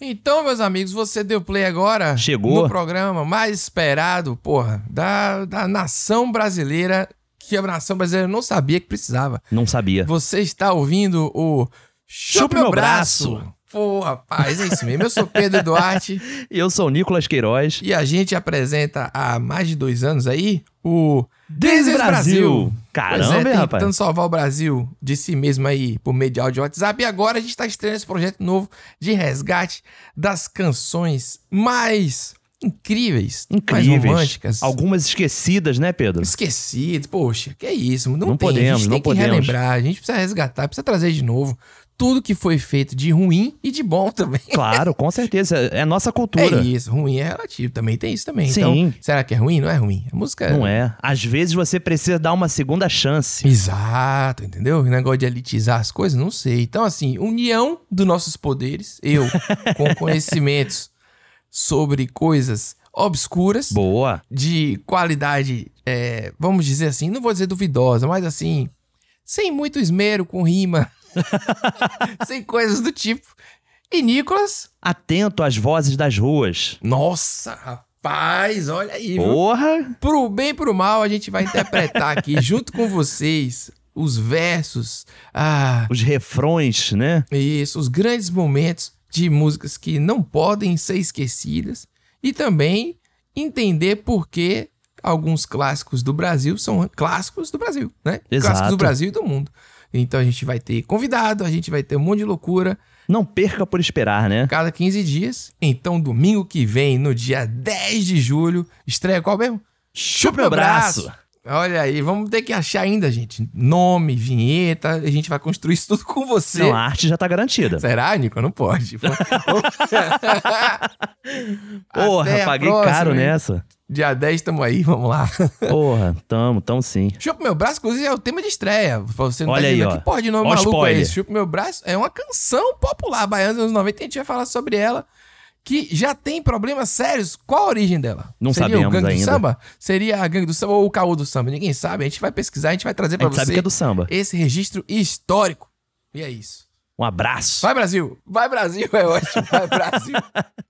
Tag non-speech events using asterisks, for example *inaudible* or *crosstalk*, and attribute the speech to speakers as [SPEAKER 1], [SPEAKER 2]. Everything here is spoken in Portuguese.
[SPEAKER 1] Então, meus amigos, você deu play agora
[SPEAKER 2] Chegou.
[SPEAKER 1] no programa mais esperado, porra, da, da nação brasileira, que a nação brasileira não sabia que precisava.
[SPEAKER 2] Não sabia.
[SPEAKER 1] Você está ouvindo o Chupa,
[SPEAKER 2] Chupa
[SPEAKER 1] Meu
[SPEAKER 2] É. Meu
[SPEAKER 1] Braço.
[SPEAKER 2] Braço.
[SPEAKER 1] Pô, rapaz, é isso mesmo. Eu sou Pedro
[SPEAKER 2] *laughs*
[SPEAKER 1] Duarte
[SPEAKER 2] Eu sou o Nicolas Queiroz.
[SPEAKER 1] e a gente apresenta há mais de dois anos aí o
[SPEAKER 2] This is Brasil.
[SPEAKER 1] Pois
[SPEAKER 2] Caramba, hein,
[SPEAKER 1] é,
[SPEAKER 2] rapaz.
[SPEAKER 1] tentando salvar o Brasil de si mesmo aí por meio de áudio e WhatsApp. E agora a gente está estreando esse projeto novo de resgate das canções mais incríveis, mais
[SPEAKER 2] Incríveis.
[SPEAKER 1] românticas,
[SPEAKER 2] Algumas esquecidas, né, Pedro?
[SPEAKER 1] esquecidas. Poxa, que é isso? Não,
[SPEAKER 2] Não
[SPEAKER 1] tem. a
[SPEAKER 2] podemos,
[SPEAKER 1] gente
[SPEAKER 2] não
[SPEAKER 1] tem que
[SPEAKER 2] podemos.
[SPEAKER 1] relembrar, a gente precisa resgatar, precisa trazer de novo tudo que foi feito de ruim e de bom *laughs* também.
[SPEAKER 2] Claro, com certeza. É nossa
[SPEAKER 1] É
[SPEAKER 2] cultura.
[SPEAKER 1] isso, ruim é relativo também, tem isso também.
[SPEAKER 2] Sim.
[SPEAKER 1] Então, será que é ruim? Não é ruim. A música
[SPEAKER 2] Não é. Às vezes você precisa dar uma segunda chance.
[SPEAKER 1] Exato, entendeu? O negócio de elitizar as coisas, não sei. Então, assim, união dos nossos poderes, eu com conhecimentos sobre coisas obscuras,
[SPEAKER 2] Boa.
[SPEAKER 1] de qualidade, é, vamos dizer assim, não vou dizer duvidosa, mas assim, sem muito esmero, com rima, sem coisas do tipo. E Nicolas,
[SPEAKER 2] Atento às vozes das ruas.
[SPEAKER 1] nossa, rapaz, olha aí, viu?
[SPEAKER 2] Porra!
[SPEAKER 1] Pro bem e pro mal, a gente vai interpretar aqui, junto com vocês, os versos, ah,
[SPEAKER 2] Os refrões, né?
[SPEAKER 1] isso, os grandes momentos de músicas que não podem ser esquecidas e também entender por que alguns clássicos do Brasil são clássicos do Brasil, né?
[SPEAKER 2] Exato.
[SPEAKER 1] Clássicos do Brasil e do mundo. Então a gente vai ter convidado, a gente vai ter um monte de loucura
[SPEAKER 2] Não perca por esperar, né?
[SPEAKER 1] cada 15 dias. Então domingo que vem, no dia 10 de julho, estreia qual mesmo?
[SPEAKER 2] Chupa
[SPEAKER 1] meu braço. Olha aí, vamos ter que achar ainda, gente. Nome, vinheta, a gente vai construir isso tudo com você.
[SPEAKER 2] Não, a arte já tá garantida.
[SPEAKER 1] Será, Nico? é Não
[SPEAKER 2] *laughs*
[SPEAKER 1] pode. *laughs* Até
[SPEAKER 2] Porra,
[SPEAKER 1] a
[SPEAKER 2] paguei
[SPEAKER 1] próxima,
[SPEAKER 2] caro
[SPEAKER 1] hein?
[SPEAKER 2] nessa.
[SPEAKER 1] Dia 10, tamo aí, vamos lá.
[SPEAKER 2] Porra, tamo, tamo sim.
[SPEAKER 1] Chupa Meu Braço, inclusive, é o tema de estreia. Pra Você não
[SPEAKER 2] Olha
[SPEAKER 1] tá
[SPEAKER 2] aí,
[SPEAKER 1] entendendo
[SPEAKER 2] ó.
[SPEAKER 1] que porra de nome
[SPEAKER 2] Ó o
[SPEAKER 1] maluco
[SPEAKER 2] spoiler.
[SPEAKER 1] é esse. Chupa Meu Braço é uma canção popular baiana dos anos 90 e a gente vai falar sobre ela, que já tem problemas sérios. Qual a origem dela?
[SPEAKER 2] Não
[SPEAKER 1] Seria o
[SPEAKER 2] sabemos
[SPEAKER 1] Gangue do
[SPEAKER 2] ainda.
[SPEAKER 1] Samba? Seria a Gangue do Samba ou o Caô do Samba? Ninguém sabe, a gente vai pesquisar, a gente vai trazer
[SPEAKER 2] A
[SPEAKER 1] pra
[SPEAKER 2] gente
[SPEAKER 1] você
[SPEAKER 2] sabe que é do samba.
[SPEAKER 1] esse registro histórico. E é isso.
[SPEAKER 2] Um abraço.
[SPEAKER 1] Vai, Brasil! Vai, Brasil! É ótimo. Vai, Brasil!